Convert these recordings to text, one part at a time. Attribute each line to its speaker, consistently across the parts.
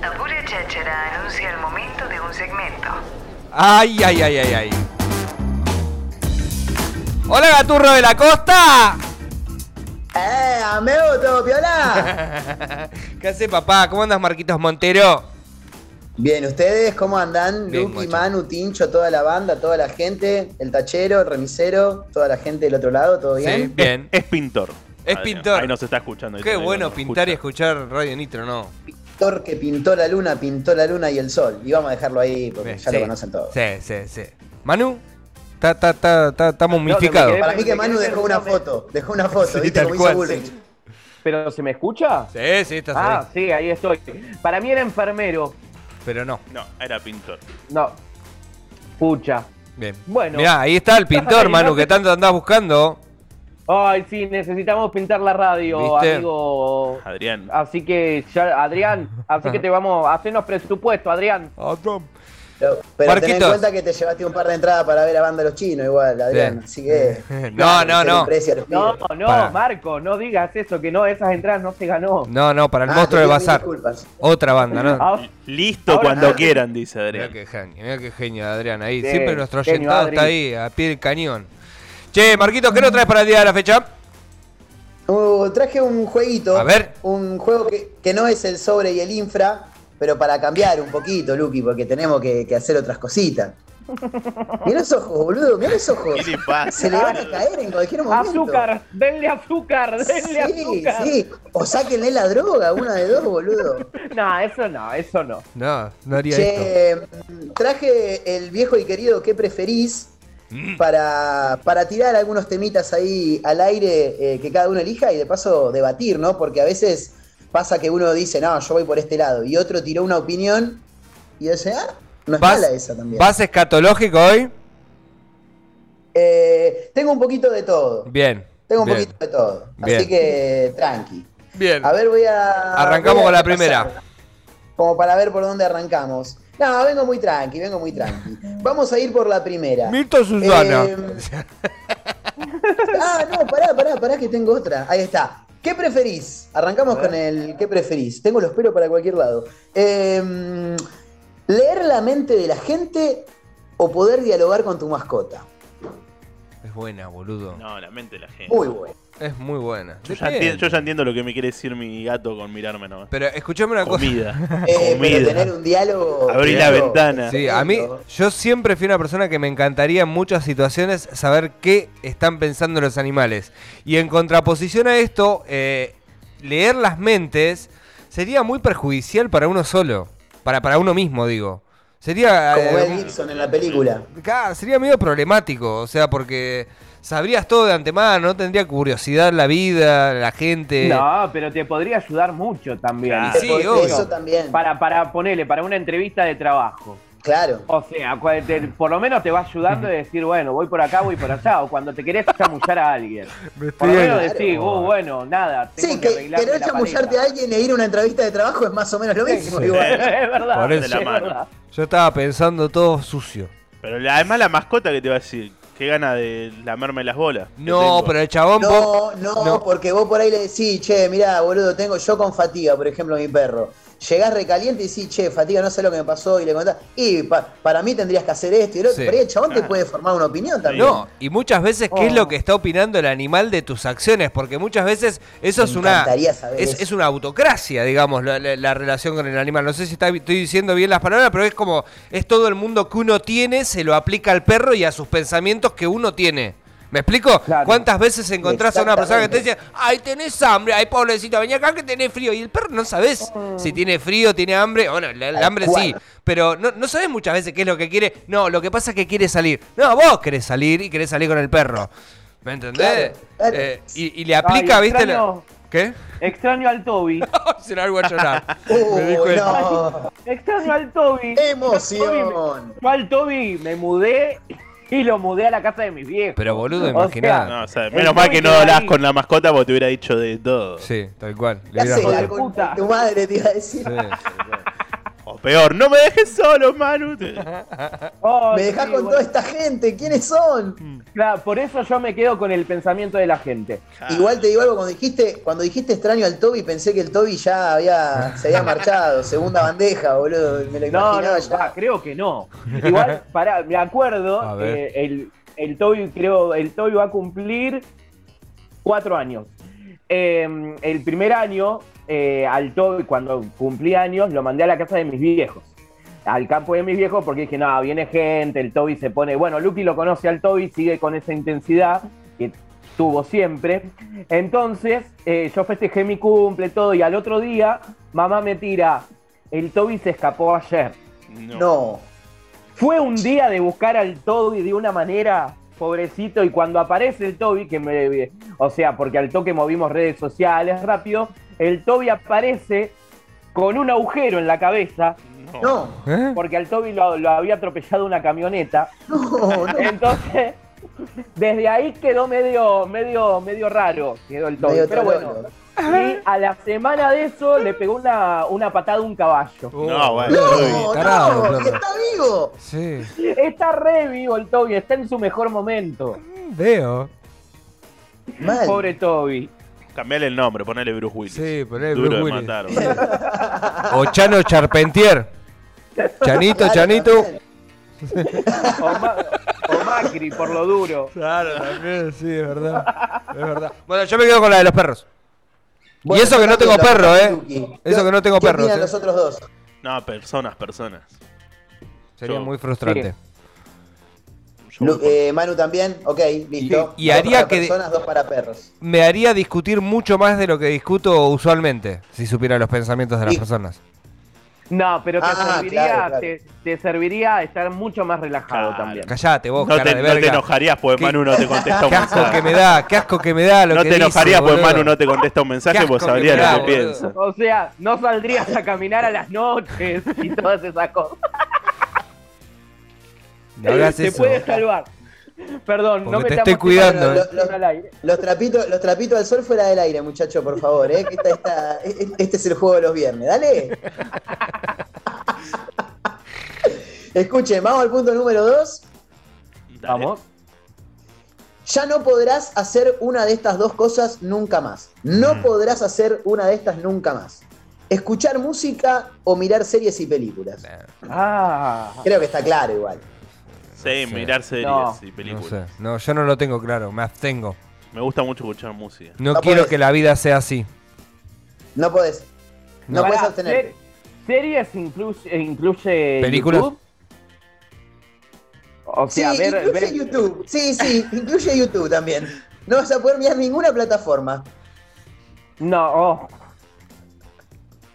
Speaker 1: Radio Cháchara anuncia el momento de un segmento.
Speaker 2: Ay, ay, ay, ay, ay. Hola, gaturro de la costa.
Speaker 3: ¡Eh, amigo, todo piola!
Speaker 2: ¿Qué hace, papá? ¿Cómo andas, Marquitos Montero?
Speaker 3: Bien, ¿ustedes cómo andan?
Speaker 2: Bien,
Speaker 3: Luqui,
Speaker 2: guacho.
Speaker 3: Manu, Tincho, toda la banda, toda la gente, el tachero, el remisero, toda la gente del otro lado, ¿todo
Speaker 2: Sí,
Speaker 3: bien?
Speaker 2: bien.
Speaker 4: Es pintor.
Speaker 2: Es
Speaker 4: Adrián.
Speaker 2: pintor.
Speaker 4: Ahí nos está escuchando. ahí
Speaker 2: Qué
Speaker 4: está, ahí
Speaker 2: bueno
Speaker 4: nos
Speaker 2: pintar y
Speaker 4: escucha.
Speaker 2: escuchar Radio Nitro, ¿no?
Speaker 3: Pintor que pintó la luna, pintó la luna y el sol. Y vamos a dejarlo ahí porque
Speaker 2: Bien,
Speaker 3: ya
Speaker 2: sí.
Speaker 3: lo conocen todos.
Speaker 2: Sí, sí, sí. Manu, está está está está está momificado.
Speaker 5: me quedé-
Speaker 3: Para mí que
Speaker 5: ¿Me
Speaker 3: Manu
Speaker 5: querés
Speaker 3: dejó
Speaker 5: hacer
Speaker 3: una
Speaker 5: un-
Speaker 3: foto, dejó una foto,
Speaker 2: Sí,
Speaker 3: ¿viste?
Speaker 2: tal
Speaker 3: Como hizo
Speaker 2: cual,
Speaker 3: Bullrich.
Speaker 2: sí.
Speaker 5: ¿Pero se me escucha?
Speaker 2: Sí, sí, estás
Speaker 5: Ah,
Speaker 2: ahí.
Speaker 5: sí, ahí estoy. Para mí era enfermero.
Speaker 2: Pero no.
Speaker 4: No, era pintor.
Speaker 5: No. Pucha.
Speaker 2: Bien.
Speaker 5: Bueno.
Speaker 2: Mirá, ahí está el pintor,
Speaker 5: ahí,
Speaker 2: Manu,
Speaker 5: ¿no?
Speaker 2: que tanto andás buscando.
Speaker 5: Ay, sí, necesitamos pintar la radio,
Speaker 2: ¿Viste?
Speaker 5: amigo.
Speaker 4: Adrián.
Speaker 3: Ah.
Speaker 5: Así que ya, Adrián, así que te vamos a hacernos presupuesto, Adrián.
Speaker 3: Pero, pero ten en
Speaker 2: Marquitos.
Speaker 3: cuenta que te llevaste un par de entradas para ver a banda Los Chinos igual, Adrián.
Speaker 2: Bien.
Speaker 3: Así que...
Speaker 2: No, no,
Speaker 3: se le
Speaker 2: no.
Speaker 3: aprecia a los
Speaker 5: No,
Speaker 3: pibes.
Speaker 5: no,
Speaker 2: Pará.
Speaker 5: Marco, no digas eso, que no, esas entradas no se ganó.
Speaker 2: No, no, para el
Speaker 3: Ah,
Speaker 2: monstruo
Speaker 3: te
Speaker 2: del
Speaker 3: pido mil
Speaker 2: bazar.
Speaker 3: disculpas.
Speaker 2: Otra banda, ¿no?
Speaker 5: Ahora-
Speaker 4: Listo
Speaker 5: Ahora-
Speaker 4: cuando quieran, dice
Speaker 2: Mira
Speaker 4: Adrián.
Speaker 2: qué genio, mira qué genio, Adrián. Ahí
Speaker 5: Sí,
Speaker 2: siempre nuestro
Speaker 5: genio,
Speaker 2: oyentado está
Speaker 5: Adri.
Speaker 2: ahí, a pie del cañón. Che, Marquitos, ¿qué nos traes para el día de la fecha?
Speaker 3: Uh, traje un jueguito.
Speaker 2: A ver.
Speaker 3: Un juego que, que no es el sobre y el infra, pero para cambiar un poquito, Luqui, porque tenemos que, que hacer otras cositas. Mirá los ojos, boludo, mirá los ojos.
Speaker 4: ¿Qué le pasa?
Speaker 3: Se le van a caer en cualquier momento.
Speaker 5: Azúcar, denle azúcar, denle
Speaker 3: Sí,
Speaker 5: azúcar.
Speaker 3: sí. O sáquenle la droga, una de dos, boludo.
Speaker 5: No, eso no, eso no.
Speaker 2: No, no haría esto.
Speaker 3: Che, mm, traje el viejo y querido que preferís
Speaker 2: Mm.
Speaker 3: para, para tirar algunos temitas ahí al aire eh, que cada uno elija y de paso debatir, ¿no? Porque a veces pasa que uno dice, no, yo voy por este lado y otro tiró una opinión y dice, ah, no es
Speaker 2: ¿Vas-
Speaker 3: mala esa también.
Speaker 2: ¿Vas escatológico hoy?
Speaker 3: Eh, tengo un poquito de todo.
Speaker 2: Bien.
Speaker 3: Tengo un
Speaker 2: bien,
Speaker 3: poquito de todo.
Speaker 2: Bien.
Speaker 3: Así que tranqui.
Speaker 2: Bien.
Speaker 3: A ver, voy a.
Speaker 2: Arrancamos
Speaker 3: voy a
Speaker 2: con la
Speaker 3: repasar,
Speaker 2: primera.
Speaker 3: Como para ver por dónde arrancamos. No, vengo muy tranqui, vengo muy tranqui. Vamos a ir por la primera.
Speaker 2: Mirta Susana.
Speaker 3: Eh, ah, no, pará, pará, pará, que tengo otra. Ahí está. ¿Qué preferís? Arrancamos con el ¿qué preferís? Tengo los pelos para cualquier lado. Eh, ¿Leer la mente de la gente o poder dialogar con tu mascota?
Speaker 2: Es buena, boludo.
Speaker 4: No, la mente de la gente.
Speaker 3: Muy bueno.
Speaker 2: Es muy buena.
Speaker 4: Yo ya,
Speaker 2: Depende.
Speaker 4: enti- yo ya entiendo lo que me quiere decir mi gato con mirarme nomás.
Speaker 2: Pero escuchame una cosa.
Speaker 4: Comida.
Speaker 3: Eh, pero
Speaker 4: comida.
Speaker 3: tener un diálogo.
Speaker 4: Abrí la
Speaker 3: diálogo-
Speaker 4: ventana.
Speaker 2: Sí, a mí, yo siempre fui una persona que me encantaría en muchas situaciones saber qué están pensando los animales. Y en contraposición a esto, eh, leer las mentes sería muy perjudicial para uno solo. Para, para uno mismo, digo. Sería.
Speaker 3: Como
Speaker 2: eh,
Speaker 3: Mel Gibson en la película.
Speaker 2: Claro, sería medio problemático, o sea, porque sabrías todo de antemano, no tendría curiosidad la vida, la gente.
Speaker 5: No, pero te podría ayudar mucho también.
Speaker 4: Claro.
Speaker 2: Y sí,
Speaker 3: Porque
Speaker 2: obvio.
Speaker 3: Eso también.
Speaker 5: Para, para ponerle, para una entrevista de trabajo.
Speaker 3: Claro.
Speaker 5: O sea, cua- te- por lo menos te va ayudando a decir, bueno, voy por acá, voy por allá. O cuando te querés chamullar a alguien.
Speaker 2: Me estoy
Speaker 5: Por lo menos
Speaker 2: ahí.
Speaker 5: decís, oh, bueno, nada. tengo
Speaker 3: Sí, que
Speaker 5: arreglarme
Speaker 3: querer
Speaker 5: la
Speaker 3: chamullarte a
Speaker 5: pareja.
Speaker 3: alguien e ir a una entrevista de trabajo es más o menos lo mismo.
Speaker 2: sí.
Speaker 3: igual.
Speaker 5: Es verdad.
Speaker 2: Por eso.
Speaker 5: es verdad.
Speaker 2: Yo estaba pensando todo sucio.
Speaker 4: Pero la- además la mascota que te va a decir, qué gana de lamerme las bolas. que
Speaker 2: No,
Speaker 4: tengo.
Speaker 2: pero el chabón. po-
Speaker 3: No, no,
Speaker 2: No.
Speaker 3: porque vos por ahí le decís, che, mirá, boludo, tengo yo con fatiga, por ejemplo, mi perro. Llegás recaliente y decís, che, fatiga, no sé lo que me pasó, y le contás, y pa- para mí tendrías que hacer esto y lo otro.
Speaker 2: Sí.
Speaker 3: Pero ahí el chabón te puede formar una opinión también.
Speaker 2: No, y muchas veces, ¿qué
Speaker 3: Oh.
Speaker 2: es lo que está opinando el animal de tus acciones? Porque muchas veces eso
Speaker 3: Me
Speaker 2: es una.
Speaker 3: encantaría saber
Speaker 2: Es,
Speaker 3: eso.
Speaker 2: es una autocracia, digamos, la, la- la relación con el animal. No sé si está- estoy diciendo bien las palabras, pero es como. Es todo el mundo que uno tiene, se lo aplica al perro y a sus pensamientos que uno tiene. ¿Me explico?
Speaker 5: Claro.
Speaker 2: ¿Cuántas veces encontrás a una persona que te dice,
Speaker 3: Exactamente.
Speaker 2: ay, tenés hambre, ay, pobrecito, vení acá que tenés frío? Y el perro no sabés si tiene frío, tiene hambre. Bueno, el, el
Speaker 3: Mm. Tal
Speaker 2: hambre
Speaker 3: cual.
Speaker 2: sí, pero no, no sabés muchas veces qué es lo que quiere. No, lo que pasa es que quiere salir. No, vos querés salir y querés salir con el perro. ¿Me entendés?
Speaker 3: Claro, claro.
Speaker 2: Eh, y, y le aplica,
Speaker 5: Ay,
Speaker 2: ¿viste? la-
Speaker 5: extraño.
Speaker 2: ¿Qué? Oh,
Speaker 5: Extraño al Toby.
Speaker 2: Se lo hago a llorar. Me
Speaker 3: Uy,
Speaker 2: dijo él.
Speaker 3: no.
Speaker 5: Extraño al Toby.
Speaker 3: Emoción.
Speaker 5: Yo al Toby me mudé y lo mudé a la casa de mis viejos.
Speaker 2: Pero boludo,
Speaker 5: O
Speaker 2: imaginá.
Speaker 5: sea,
Speaker 4: No, o sea,
Speaker 5: El
Speaker 4: menos mal que no
Speaker 5: Toby
Speaker 4: hablas
Speaker 5: ahí.
Speaker 4: con la mascota porque te hubiera dicho de todo.
Speaker 2: Sí, tal cual. Le
Speaker 3: ¿Qué
Speaker 2: hubiera
Speaker 3: haces
Speaker 5: la
Speaker 2: roto.
Speaker 3: la
Speaker 5: puta.
Speaker 3: con tu madre, te iba a decir?
Speaker 2: Sí.
Speaker 4: O peor. ¡No me dejes solo, Manu!
Speaker 5: Oh,
Speaker 3: Me dejás
Speaker 5: sí,
Speaker 3: con
Speaker 5: bueno.
Speaker 3: toda esta gente, ¿quiénes son?
Speaker 5: Claro, por eso yo me quedo con el pensamiento de la gente.
Speaker 3: Igual te digo algo, cuando dijiste, cuando dijiste extraño al Toby, pensé que el Toby ya había, se había marchado, segunda bandeja, boludo. Me lo
Speaker 5: No, no,
Speaker 3: imaginaba ya.
Speaker 5: ah, creo que no. Igual, pará, me
Speaker 2: A
Speaker 5: acuerdo,
Speaker 2: ver.
Speaker 5: eh, el, el Toby, creo, el Toby va a cumplir cuatro años. Eh, el primer año, eh, al Toby, cuando cumplí años, lo mandé a la casa de mis viejos. Al campo de mis viejos, porque dije, no, viene gente, el Toby se pone. Bueno, Lucky lo conoce al Toby, sigue con esa intensidad que tuvo siempre. Entonces, eh, yo festejé mi cumple, todo, y al otro día, mamá me tira, el Toby se escapó ayer.
Speaker 3: No.
Speaker 5: Fue un día de buscar al Toby de una manera, pobrecito, y cuando aparece el Toby, que me. O sea, porque al toque movimos redes sociales rápido, el Toby aparece con un agujero en la cabeza,
Speaker 3: No,
Speaker 2: ¿Eh?
Speaker 5: porque al Toby lo, lo había atropellado una camioneta.
Speaker 3: no, no.
Speaker 5: Entonces, desde ahí quedó medio, medio, medio raro, quedó el Toby.
Speaker 3: Medio
Speaker 5: Pero bueno.
Speaker 3: trololo.
Speaker 5: Y a la semana de eso le pegó una, una patada a un caballo.
Speaker 4: No, bueno.
Speaker 3: No,
Speaker 2: tarado,
Speaker 3: no,
Speaker 2: Flor.
Speaker 3: que está vivo.
Speaker 2: Uh. Sí,
Speaker 5: Está re vivo el Toby, está en su mejor momento.
Speaker 2: veo.
Speaker 3: Mal.
Speaker 5: Pobre Toby.
Speaker 4: Cambiale el nombre, ponele Bruce Willis.
Speaker 2: Sí, ponele
Speaker 4: Duro
Speaker 2: Bruce
Speaker 4: de
Speaker 2: Willis.
Speaker 4: matar, boludo.
Speaker 2: O Chano Charpentier. Chanito,
Speaker 3: Claro,
Speaker 2: Chanito.
Speaker 3: también.
Speaker 5: O, Ma- o Macri, por lo duro.
Speaker 2: Claro, también, sí, es verdad. Es verdad. Bueno, yo me quedo con la de los perros.
Speaker 3: Bueno,
Speaker 2: y eso que no
Speaker 3: Tati,
Speaker 2: tengo
Speaker 3: lo-
Speaker 2: perro, ¿eh?
Speaker 3: Tuki.
Speaker 2: Eso que no tengo
Speaker 3: ¿Qué
Speaker 2: perros.
Speaker 3: opinan
Speaker 2: eh?
Speaker 3: los otros dos?
Speaker 4: No, personas, personas.
Speaker 2: Sería
Speaker 4: Yo-
Speaker 2: muy frustrante.
Speaker 5: Sí.
Speaker 4: Yo
Speaker 3: Lu-
Speaker 4: voy por-
Speaker 3: eh, Manu también, ok, listo.
Speaker 2: Y- y haría
Speaker 3: dos para
Speaker 2: que-
Speaker 3: personas, dos para perros.
Speaker 2: Me haría discutir mucho más de lo que discuto usualmente, si supiera los pensamientos de las
Speaker 3: Y-
Speaker 2: personas.
Speaker 5: No, pero te,
Speaker 3: Ah,
Speaker 5: serviría,
Speaker 3: claro, claro.
Speaker 5: Te, te serviría estar mucho más relajado
Speaker 4: Claro.
Speaker 5: también.
Speaker 2: Callate vos,
Speaker 4: no,
Speaker 2: cara
Speaker 4: te,
Speaker 2: de
Speaker 4: no te
Speaker 2: verga.
Speaker 4: enojarías porque
Speaker 2: Qué-
Speaker 4: Manu no te contesta un
Speaker 2: Qué asco que
Speaker 4: mensaje.
Speaker 2: me da, qué asco que me da lo
Speaker 4: no
Speaker 2: que
Speaker 4: te
Speaker 2: dice,
Speaker 4: enojarías porque
Speaker 2: boludo.
Speaker 4: Manu no te contesta un mensaje
Speaker 2: Qué
Speaker 4: porque
Speaker 2: asco que
Speaker 4: sabrías
Speaker 2: me
Speaker 4: lo
Speaker 2: da,
Speaker 4: que
Speaker 2: boludo.
Speaker 4: piensa.
Speaker 5: O sea, no saldrías a caminar a las noches y todas esas cosas.
Speaker 2: No hagas
Speaker 5: te
Speaker 2: eso.
Speaker 5: puedes salvar. Perdón, no
Speaker 2: Porque
Speaker 5: me
Speaker 2: te estoy cuidando.
Speaker 3: Bueno,
Speaker 2: eh.
Speaker 3: lo- lo-
Speaker 5: al aire.
Speaker 3: Los trapitos, los trapitos al sol fuera del aire, muchacho, por favor, ¿eh? Que esta- esta- este es el juego de los viernes, dale. Escuchen, vamos al punto número dos.
Speaker 4: Dale.
Speaker 5: Vamos.
Speaker 3: Ya no podrás hacer una de estas dos cosas nunca más. No
Speaker 5: Mm.
Speaker 3: podrás hacer una de estas nunca más. Escuchar música o mirar series y películas.
Speaker 5: Ah,
Speaker 3: Creo que está claro igual.
Speaker 4: Sí,
Speaker 2: Sí.
Speaker 4: mirar series
Speaker 5: No.
Speaker 4: y
Speaker 2: No
Speaker 4: películas.
Speaker 2: sé, no, yo no lo tengo claro, me abstengo.
Speaker 4: Me gusta mucho escuchar música.
Speaker 2: No,
Speaker 3: No
Speaker 2: quiero
Speaker 3: podés.
Speaker 2: que la vida sea así.
Speaker 3: No podés. No,
Speaker 5: pará,
Speaker 3: podés abstenerte.
Speaker 5: ser- ¿Series incluye, incluye
Speaker 2: ¿Películas?
Speaker 5: YouTube? O
Speaker 3: Sí,
Speaker 5: sea, ver,
Speaker 3: incluye
Speaker 5: ver-
Speaker 3: YouTube. Sí, sí, incluye YouTube también. No vas a poder mirar ninguna plataforma.
Speaker 5: No, oh.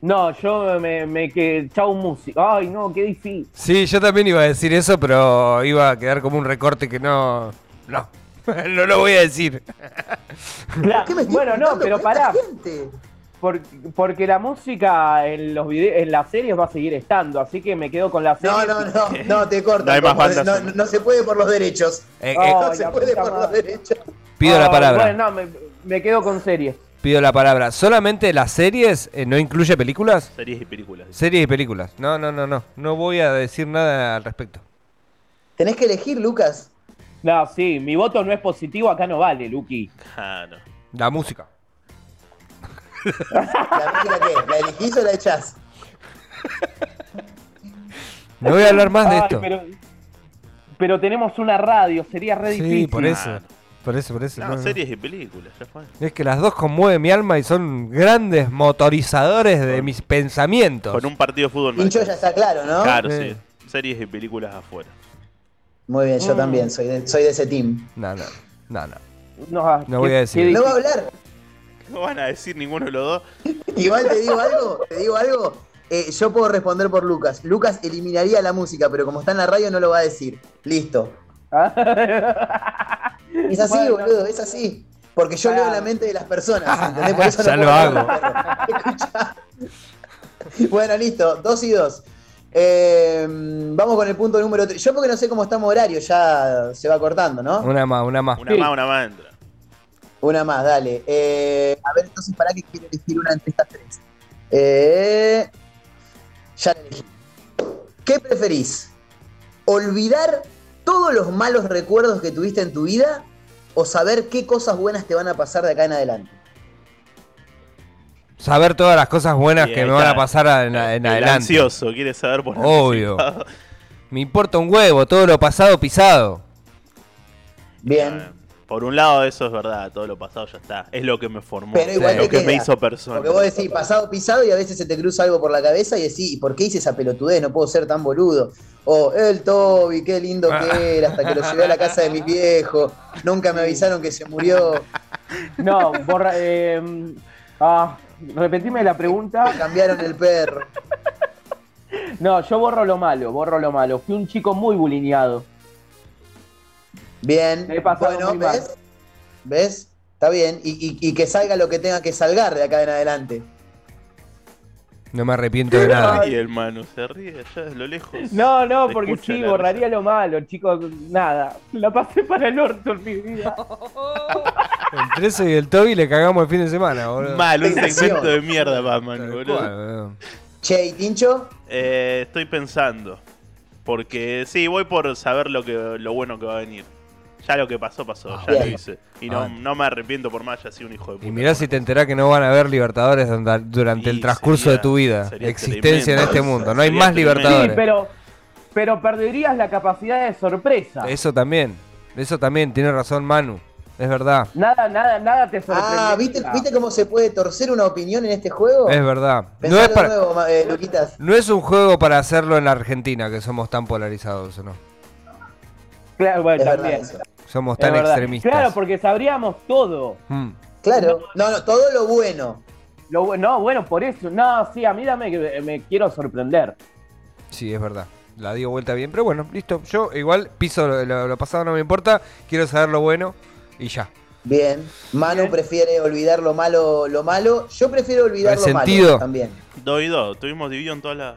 Speaker 5: No, yo me, me que chau músico. Ay, no, qué difícil.
Speaker 2: Sí, yo también iba a decir eso, pero iba a quedar como un recorte que no. No, no lo voy a decir.
Speaker 5: Claro,
Speaker 3: ¿Qué me estoy
Speaker 5: Bueno, no,
Speaker 3: juntando
Speaker 5: pero
Speaker 3: con esta
Speaker 5: pará,
Speaker 3: gente?
Speaker 5: por- porque la música en los vide- en las series va a seguir estando, así que me quedo con la serie.
Speaker 3: No, no, no, no, te cortan.
Speaker 4: No hay más
Speaker 3: como-
Speaker 4: bandas
Speaker 3: no,
Speaker 4: sonoras.
Speaker 3: no se puede por los derechos.
Speaker 2: Eh, eh,
Speaker 5: Oh.
Speaker 3: No
Speaker 5: Ay,
Speaker 3: se
Speaker 5: la
Speaker 3: puede
Speaker 5: puta
Speaker 3: por los
Speaker 5: madre.
Speaker 3: derechos.
Speaker 2: pido la
Speaker 5: Ah,
Speaker 2: palabra.
Speaker 5: Bueno, no, me, me quedo con series.
Speaker 2: Pido la palabra. ¿Solamente las series eh, no incluye películas?
Speaker 4: Series y películas.
Speaker 2: Series y películas. No, no, no, no. No voy a decir nada al respecto.
Speaker 3: Tenés que elegir, Lucas.
Speaker 5: No, sí, mi voto no es positivo, acá no vale, Luqui.
Speaker 4: Ah, no.
Speaker 2: La música.
Speaker 3: ¿La música qué? ¿La elegís o la echás?
Speaker 2: No voy a hablar más de
Speaker 5: Ay,
Speaker 2: esto.
Speaker 5: Pero, pero tenemos una radio, sería re difícil.
Speaker 2: Sí, por eso. Por eso, por eso.
Speaker 4: No,
Speaker 2: no, no.
Speaker 4: series y películas, ya fue.
Speaker 2: Es que las dos conmueven mi alma y son grandes motorizadores de mis pensamientos.
Speaker 4: Con un partido de fútbol más.
Speaker 3: Pincho ya está claro, ¿no?
Speaker 4: Claro,
Speaker 2: Sí.
Speaker 4: sí. Series y películas afuera.
Speaker 3: Muy bien, yo
Speaker 5: Mm.
Speaker 3: también, soy de, soy de ese team.
Speaker 2: No, no, no, no.
Speaker 5: No, ah,
Speaker 2: No voy a decir.
Speaker 5: qué
Speaker 3: No va a hablar.
Speaker 4: No van a decir ninguno de los dos.
Speaker 3: Igual te digo algo, te digo algo. Eh, yo puedo responder por Lucas. Lucas eliminaría la música, pero como está en la radio no lo va a decir. Listo.
Speaker 5: Ah.
Speaker 3: Es así,
Speaker 5: Bueno.
Speaker 3: boludo, es así. Porque yo
Speaker 5: Pará.
Speaker 3: leo la mente de las personas, ¿entendés? Por eso no
Speaker 2: Ya lo
Speaker 3: puedo
Speaker 2: hago.
Speaker 3: hablar. Escuchá. Bueno, listo, dos y dos. Eh, vamos con el punto número tres. Yo porque no sé cómo estamos horario, ya se va cortando, ¿no?
Speaker 2: Una más, una más.
Speaker 4: Una
Speaker 5: Sí.
Speaker 4: más, una más entra.
Speaker 3: Una más, dale. Eh, a ver, entonces, ¿para qué quiero elegir una entre estas tres? Eh, ya la elegí. ¿Qué preferís? ¿Olvidar todos los malos recuerdos que tuviste en tu vida o saber qué cosas buenas te van a pasar de acá en adelante?
Speaker 2: Saber todas las cosas buenas
Speaker 4: Y
Speaker 2: que
Speaker 4: ahí
Speaker 2: me van a
Speaker 4: está.
Speaker 2: pasar a- en, en
Speaker 4: El
Speaker 2: adelante. Oh,
Speaker 4: ansioso, quiere saber por
Speaker 2: Obvio.
Speaker 4: anticipado.
Speaker 2: Me importa un huevo, todo lo pasado pisado.
Speaker 3: Bien.
Speaker 4: Por un lado, eso es verdad, todo lo pasado ya está. Es lo que me formó,
Speaker 3: Pero
Speaker 2: igual
Speaker 4: lo
Speaker 2: te
Speaker 4: que
Speaker 3: queda.
Speaker 4: me hizo persona.
Speaker 3: Porque vos decís pasado pisado y a veces se te cruza algo por la cabeza y decís, ¿y por qué hice esa pelotudez? No puedo ser tan boludo. O el Toby, qué lindo
Speaker 4: Ah.
Speaker 3: que era, hasta que lo llevé a la casa de mis viejos. Nunca me avisaron que se murió.
Speaker 5: No, borra. eh, ah, repetime la pregunta.
Speaker 3: Cambiaron el perro.
Speaker 5: No, yo borro lo malo, borro lo malo. Fui un chico muy bulineado.
Speaker 3: Bien.
Speaker 5: Me he pasado muy mal.
Speaker 3: ¿ves? ¿Ves? Está bien. Y, y- y que salga lo que tenga que salgar de acá en adelante.
Speaker 2: No me arrepiento de nada.
Speaker 4: Y el Manu se ríe allá desde lo lejos.
Speaker 5: No, no,
Speaker 4: Se
Speaker 5: porque
Speaker 4: escucha
Speaker 5: sí,
Speaker 4: la
Speaker 5: borraría lo malo, chicos. Nada. La pasé para el orto en mi vida.
Speaker 2: Entre eso y el Toby le cagamos el fin de semana, boludo.
Speaker 4: Mal, un
Speaker 3: Sensación.
Speaker 4: segmento de mierda, Batman,
Speaker 2: Tal cual,
Speaker 4: boludo.
Speaker 2: boludo.
Speaker 3: Che, ¿y Tincho?
Speaker 4: Eh, estoy pensando. Porque sí, voy por saber lo que lo bueno que va a venir. Ya lo que pasó, pasó. ya lo
Speaker 3: Ah, bien.
Speaker 4: hice. Y no,
Speaker 2: Ah.
Speaker 4: no me arrepiento por más haya sido un hijo de puta.
Speaker 2: Y mirá si te enterás que no van a haber libertadores donde- durante
Speaker 4: Y
Speaker 2: el transcurso
Speaker 4: sería-
Speaker 2: de tu vida.
Speaker 4: sería
Speaker 2: Existencia en
Speaker 4: tremendo.
Speaker 2: este mundo. No hay
Speaker 4: Sería
Speaker 2: más
Speaker 4: tremendo.
Speaker 5: Sí,
Speaker 2: libertadores.
Speaker 5: pero, pero perderías la capacidad de sorpresa.
Speaker 2: Eso también. Eso también. Tiene razón Manu. Es verdad.
Speaker 5: Nada, nada, nada te sorprende.
Speaker 3: Ah, ¿viste, ¿viste cómo se puede torcer una opinión en este juego?
Speaker 2: Es verdad. No
Speaker 3: Pensalo
Speaker 2: es, para-
Speaker 3: de nuevo, ma- eh, Luquitas.
Speaker 2: no es un juego para hacerlo en la Argentina, que somos tan polarizados, ¿o ¿no?
Speaker 5: Claro,
Speaker 3: Es
Speaker 5: bueno,
Speaker 3: verdad
Speaker 5: también.
Speaker 3: eso.
Speaker 2: Somos
Speaker 5: Es
Speaker 2: tan
Speaker 5: verdad.
Speaker 2: extremistas.
Speaker 5: Claro, porque sabríamos todo.
Speaker 2: Mm.
Speaker 3: Claro. No, no, todo lo bueno.
Speaker 5: Lo, bu- no, bueno, por eso. No, sí, a mí dame que me quiero sorprender.
Speaker 2: Sí, es verdad. La dio vuelta bien, pero bueno, listo. Yo igual piso lo, lo- lo pasado, no me importa. Quiero saber lo bueno y ya.
Speaker 3: Bien. Manu
Speaker 5: Bien.
Speaker 3: prefiere olvidar lo malo, lo malo. Yo prefiero olvidar lo
Speaker 2: Resentido.
Speaker 3: malo también.
Speaker 4: Dos y dos, tuvimos dividido en todas las.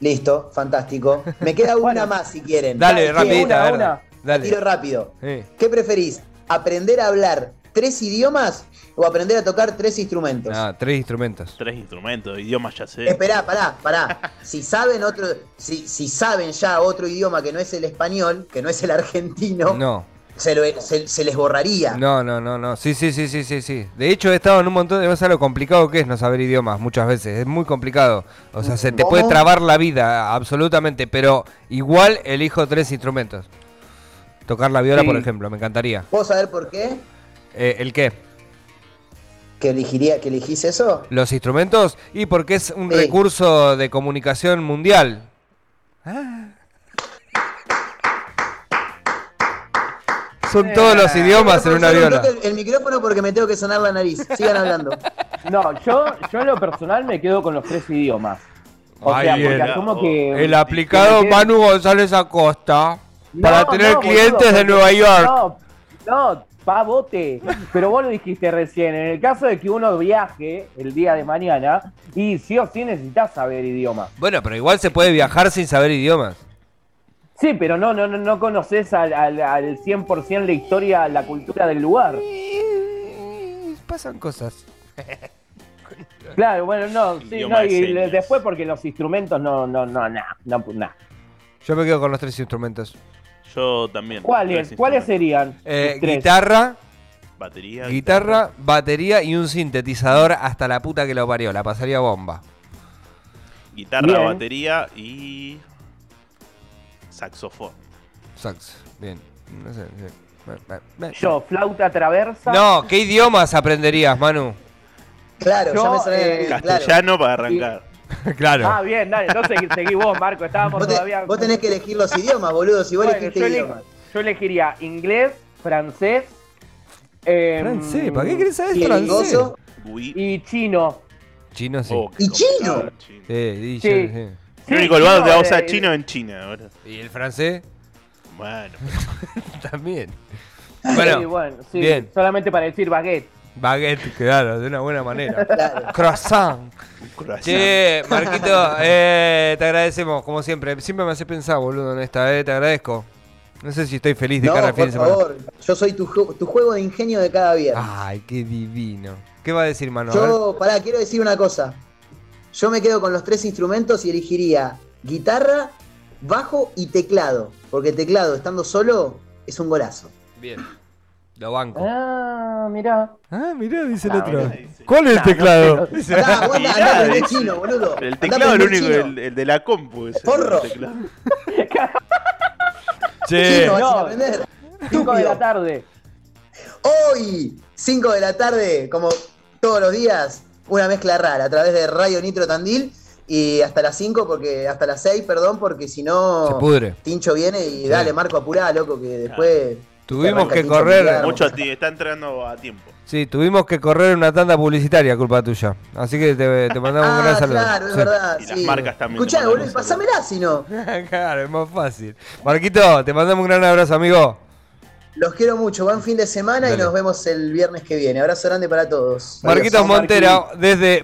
Speaker 3: Listo, fantástico. Me queda una más si quieren.
Speaker 2: Dale,
Speaker 5: Dale,
Speaker 2: rapidita,
Speaker 5: una,
Speaker 2: a ver.
Speaker 5: una.
Speaker 3: Tiro
Speaker 2: Dale.
Speaker 3: rápido.
Speaker 2: Sí.
Speaker 3: ¿Qué preferís? ¿Aprender a hablar tres idiomas o aprender a tocar tres instrumentos?
Speaker 2: Ah, tres instrumentos.
Speaker 4: Tres instrumentos, idiomas ya sé.
Speaker 3: Esperá, pará, pará. Si saben otro, si, si saben ya otro idioma que no es el español, que no es el argentino,
Speaker 2: No,
Speaker 3: se, lo- se- se les borraría.
Speaker 2: no, no, no, no. Sí, sí, sí, sí, sí, sí. De hecho, he estado en un montón de cosas lo complicado que es no saber idiomas muchas veces. Es muy complicado. O sea, se te
Speaker 3: ¿Cómo?
Speaker 2: puede trabar la vida, absolutamente. Pero igual elijo tres instrumentos. Tocar la viola,
Speaker 5: Sí.
Speaker 2: por ejemplo, me encantaría.
Speaker 3: ¿Puedo saber por qué?
Speaker 2: Eh, ¿El qué?
Speaker 3: ¿Que elegiría, que elegís eso?
Speaker 2: Los instrumentos y porque es un
Speaker 3: Sí.
Speaker 2: recurso de comunicación mundial. Ah. Son todos los
Speaker 5: Eh,
Speaker 2: idiomas en una
Speaker 3: Profesor, un
Speaker 2: viola.
Speaker 3: toque El, el micrófono porque me tengo que sonar la nariz. Sigan hablando.
Speaker 5: No, yo, yo en lo personal me quedo con los tres idiomas. O
Speaker 2: Ahí
Speaker 5: sea, porque
Speaker 2: era,
Speaker 5: asumo
Speaker 4: oh,
Speaker 5: que.
Speaker 2: El aplicado
Speaker 5: que me quede-
Speaker 2: Manu González Acosta
Speaker 5: No,
Speaker 2: para tener
Speaker 5: no,
Speaker 2: clientes
Speaker 5: boludo,
Speaker 2: de
Speaker 5: porque-
Speaker 2: Nueva York.
Speaker 5: No, no, pavote. Pero vos lo dijiste recién. En el caso de que uno viaje el día de mañana, y sí o sí necesitas saber idioma.
Speaker 2: Bueno, pero igual se puede viajar sin saber idiomas.
Speaker 5: Sí, pero no, no, no, no conoces al, al, al 100% la historia, la cultura del lugar.
Speaker 2: Pasan cosas.
Speaker 5: Claro, bueno, no, sí,
Speaker 4: Idioma
Speaker 5: no,
Speaker 4: de
Speaker 5: y le-
Speaker 4: señas.
Speaker 5: después porque los instrumentos no, no, no, nah, no, nah.
Speaker 2: Yo me quedo con los tres instrumentos.
Speaker 4: Yo también.
Speaker 5: ¿Cuáles,
Speaker 4: tres
Speaker 5: ¿cuáles
Speaker 4: instrumentos.
Speaker 5: serían?
Speaker 2: Eh,
Speaker 5: los tres?
Speaker 2: guitarra,
Speaker 4: Batería.
Speaker 2: guitarra, batería y un sintetizador hasta la puta que lo parió. La pasaría bomba.
Speaker 4: Guitarra,
Speaker 5: Bien.
Speaker 4: batería y. Saxofón.
Speaker 2: Sax. Bien. No sé, sí. Bueno, bueno, bueno.
Speaker 5: Yo, flauta traversa.
Speaker 2: No, ¿qué idiomas aprenderías, Manu?
Speaker 3: Claro, ya
Speaker 5: Yo,
Speaker 3: me soné la
Speaker 5: eh,
Speaker 3: nariz. claro.
Speaker 4: Castellano para arrancar.
Speaker 2: claro.
Speaker 5: Ah, bien, dale, entonces seguí vos, Marco. Estábamos
Speaker 3: Vos, te-
Speaker 5: todavía.
Speaker 3: vos tenés que elegir los idiomas, boludo. Si vos
Speaker 5: Bueno,
Speaker 3: elegiste
Speaker 5: yo, ele-
Speaker 3: idiomas.
Speaker 5: yo elegiría inglés, francés. em,
Speaker 2: Francés, ¿para qué querés saber
Speaker 5: y-
Speaker 2: francés?
Speaker 3: Gringoso.
Speaker 4: Gui-
Speaker 5: Y chino.
Speaker 2: Chino sí.
Speaker 4: Oh, qué
Speaker 3: Y chino.
Speaker 4: complicado, chino.
Speaker 2: Sí, sí,
Speaker 5: Sí.
Speaker 2: sí.
Speaker 5: Sí,
Speaker 4: El único lugar donde vamos a
Speaker 5: eh,
Speaker 4: chino en China ahora.
Speaker 2: ¿Y el francés?
Speaker 4: Bueno,
Speaker 2: También.
Speaker 5: sí,
Speaker 2: Bueno,
Speaker 5: bueno, sí,
Speaker 2: bien.
Speaker 5: solamente para decir baguette.
Speaker 2: baguette, claro, de una buena manera.
Speaker 3: Claro.
Speaker 2: Croissant.
Speaker 4: un croissant.
Speaker 2: Che, Marquito, eh, te agradecemos, como siempre. Siempre me hace pensar, boludo, en esta, eh, te agradezco. No sé si estoy feliz de
Speaker 3: No,
Speaker 2: cara al fin
Speaker 3: por
Speaker 2: de semana.
Speaker 3: favor. Yo soy tu, ju- tu juego de ingenio de cada viernes.
Speaker 2: Ay, qué divino. ¿Qué va a decir, Manu? A ver.
Speaker 3: Yo, pará, quiero decir una cosa. Yo me quedo con los tres instrumentos y elegiría guitarra, bajo y teclado. Porque teclado, estando solo, es un golazo.
Speaker 2: Bien. Lo banco.
Speaker 5: Ah, mirá.
Speaker 6: Ah, mirá, dice el
Speaker 5: Ah,
Speaker 6: otro.
Speaker 5: mirá,
Speaker 4: dice.
Speaker 6: ¿Cuál es el teclado?
Speaker 3: Andá, vos andá, andá a
Speaker 4: Mirá,
Speaker 3: aprender
Speaker 4: dice.
Speaker 3: chino, boludo. Andá
Speaker 4: El
Speaker 3: a
Speaker 4: teclado es el
Speaker 3: aprender
Speaker 4: único,
Speaker 3: chino.
Speaker 4: el, el de la compu. ese,
Speaker 3: Porro.
Speaker 4: el teclado.
Speaker 6: Che,
Speaker 3: Chino, vas a
Speaker 5: No.
Speaker 3: aprender.
Speaker 5: 5 de la
Speaker 3: Estúpido.
Speaker 5: tarde.
Speaker 3: Hoy, 5 de la tarde, como todos los días, una mezcla rara a través de Radio Nitro Tandil y hasta las 5 porque hasta las 6, perdón, porque si
Speaker 2: Se
Speaker 3: no
Speaker 2: pudre.
Speaker 3: Tincho viene y dale, Marco apurá, loco, que después
Speaker 2: Tuvimos
Speaker 3: arranca
Speaker 2: que
Speaker 3: Tincho
Speaker 2: correr.
Speaker 3: Milagro.
Speaker 4: Mucho ti- está entrando a tiempo.
Speaker 2: Sí, tuvimos que correr una tanda publicitaria, culpa tuya. Así que te, te mandamos un
Speaker 3: Ah,
Speaker 2: gran saludo.
Speaker 3: claro, es
Speaker 2: Sí.
Speaker 3: verdad,
Speaker 4: Y
Speaker 3: sí.
Speaker 4: las marcas también
Speaker 3: Escuchá,
Speaker 4: te mandan
Speaker 3: boludo,
Speaker 4: un saludo.
Speaker 3: pasámela si no.
Speaker 2: claro, es más fácil. Marquito, te mandamos un gran abrazo, amigo.
Speaker 3: Los quiero mucho, buen fin de semana y
Speaker 2: Dale.
Speaker 3: nos vemos el viernes que viene. Abrazo grande para todos. Adiós.
Speaker 2: Marquitos Montero, desde